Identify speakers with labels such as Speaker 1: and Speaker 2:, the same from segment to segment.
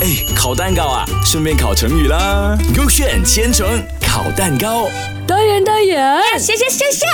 Speaker 1: 哎，烤蛋糕啊，顺便烤成语啦。勾选千层烤蛋糕，
Speaker 2: 导演，导演，
Speaker 3: 谢谢谢谢。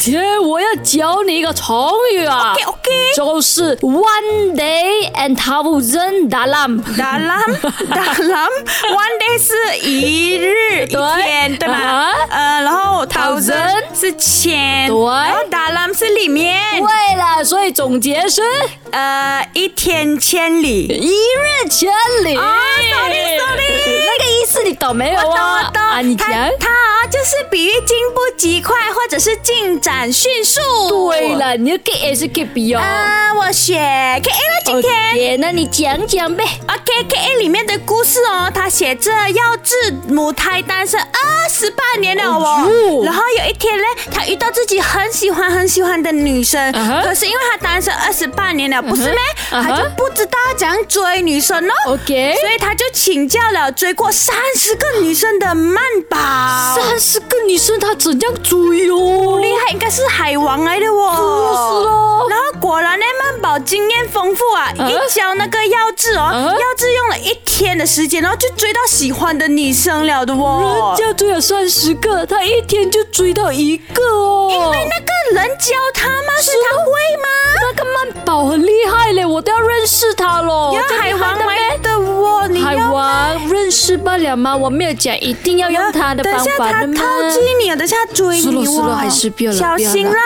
Speaker 2: 今天我要教你一个成语啊
Speaker 3: OK OK。
Speaker 2: 就是 one day and thousand dalam。
Speaker 3: 达朗达朗，one day 是一日一天，对吗
Speaker 2: 啊？
Speaker 3: 呃，然后
Speaker 2: thousand
Speaker 3: thousand 是千，
Speaker 2: 对
Speaker 3: 然后达朗是里面，
Speaker 2: 对了，所以总结是
Speaker 3: 呃，一天千里。
Speaker 2: 一日千里。
Speaker 3: 哦，sorry，sorry
Speaker 2: 那个意思你懂没有
Speaker 3: 我懂
Speaker 2: 啊？
Speaker 3: 我懂，
Speaker 2: 啊，你讲。
Speaker 3: 它它啊就是比喻进步极快或者是进展迅速。
Speaker 2: 对，了，你要 get 也是 get B 哦。
Speaker 3: 啊，我选 K A 了，今天。啊
Speaker 2: OK，那你讲讲呗。
Speaker 3: OK K A 里面的故事哦，它写着要治母胎单身二十八年了
Speaker 2: 哦
Speaker 3: 哦。
Speaker 2: 哟
Speaker 3: 然后有一天呢，他遇到自己很喜欢很喜欢的女生
Speaker 2: 嗯哼
Speaker 3: 可是因为他单身二十八年了，不是咩
Speaker 2: 嗯哼
Speaker 3: 他就不知道怎样追女生哦。
Speaker 2: OK
Speaker 3: 所以他就请教了追过三十个女生的曼宝。
Speaker 2: 三十个女生她怎样追哦？
Speaker 3: 厉害，应该是海王来的
Speaker 2: 是
Speaker 3: 哦。
Speaker 2: 咯
Speaker 3: 然后果然呢，曼宝经验丰富啊，
Speaker 2: 啊
Speaker 3: 一教那个药治哦，
Speaker 2: 啊
Speaker 3: 药治用了一天的时间，然后就追到喜欢的女生了的哦
Speaker 2: 人。家追了三十个，她一天就追到一个哦。
Speaker 3: 因为那个人教他吗？是他会吗？
Speaker 2: 那个曼宝很厉害嘞，我都要认识他喽。
Speaker 3: 有
Speaker 2: 这
Speaker 3: 海
Speaker 2: 厉害
Speaker 3: 王
Speaker 2: 的咩
Speaker 3: 来的哦，你
Speaker 2: 海
Speaker 3: 要。
Speaker 2: 王认识不了吗？我没有讲一定要用他的
Speaker 3: 等一
Speaker 2: 方
Speaker 3: 下
Speaker 2: 法
Speaker 3: 他
Speaker 2: 的吗？
Speaker 3: 套近你，等一下他追
Speaker 2: 输了
Speaker 3: 你
Speaker 2: 输了，
Speaker 3: 哦，
Speaker 2: 还是不要了，
Speaker 3: 小
Speaker 2: 不要了
Speaker 3: 心
Speaker 2: 还
Speaker 3: 啦！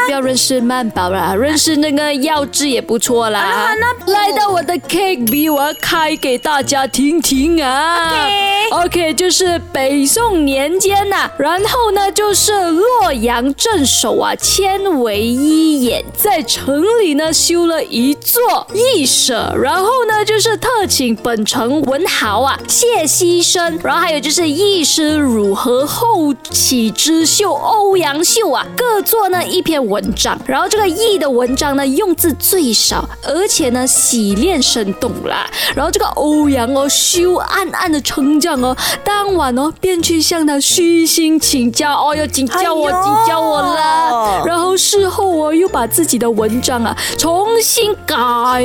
Speaker 2: 是不要认识曼宝啦，认识那个药治也不错啦
Speaker 3: 啊。那
Speaker 2: 来到我的 cake B，我要开给大家听听啊。
Speaker 3: OK
Speaker 2: OK，就是北宋年间呐、然后呢就是洛阳镇守啊千维一眼，在城里呢修了一座义舍，然后呢就是特请本城文豪啊谢希生，然后还有就是义师汝和后起之秀欧阳修啊各做呢一篇文章，然后这个义的文章呢用字最少，而且呢洗练生动啦，然后这个欧阳哦修暗暗的称赞哦，当晚哦便去向他虚心请教哦，要请教我，
Speaker 3: 哎呦
Speaker 2: 请教我啦。然后事后哦又把自己的文章啊重新改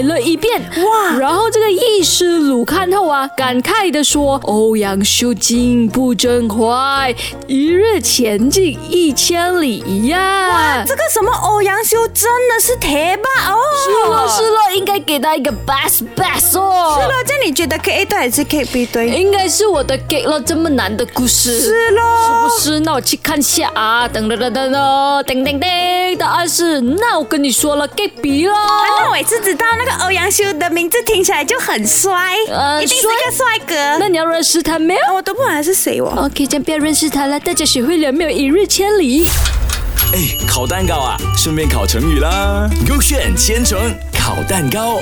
Speaker 2: 了一遍，
Speaker 3: 哇
Speaker 2: 然后这个义师鲁看后啊，感慨地说：“欧阳修进步真快，一日前进一千里一样。”
Speaker 3: 这个什么欧阳修真的是铁霸哦！
Speaker 2: 是了是了，应该给他一个 best best 哦。
Speaker 3: 是咯，这样你觉得 K A 对还是 K B 对？
Speaker 2: 应该是我的 get 了这么难的故事，是
Speaker 3: 是咯
Speaker 2: 不，是？那我去看下啊，噔噔噔噔噔，叮叮叮，答案是，那我跟你说了，get 比了。
Speaker 3: 啊那我也是知道那个欧阳修的名字听起来就很帅，
Speaker 2: 呃
Speaker 3: 一定是个帅哥。
Speaker 2: 那你要认识他没有
Speaker 3: 啊我都不管他是谁哦。
Speaker 2: ？OK，这样不要认识他了，大家学会了没有？一日千里。
Speaker 1: 哎，烤蛋糕啊，顺便烤成语啦。勾选千层烤蛋糕。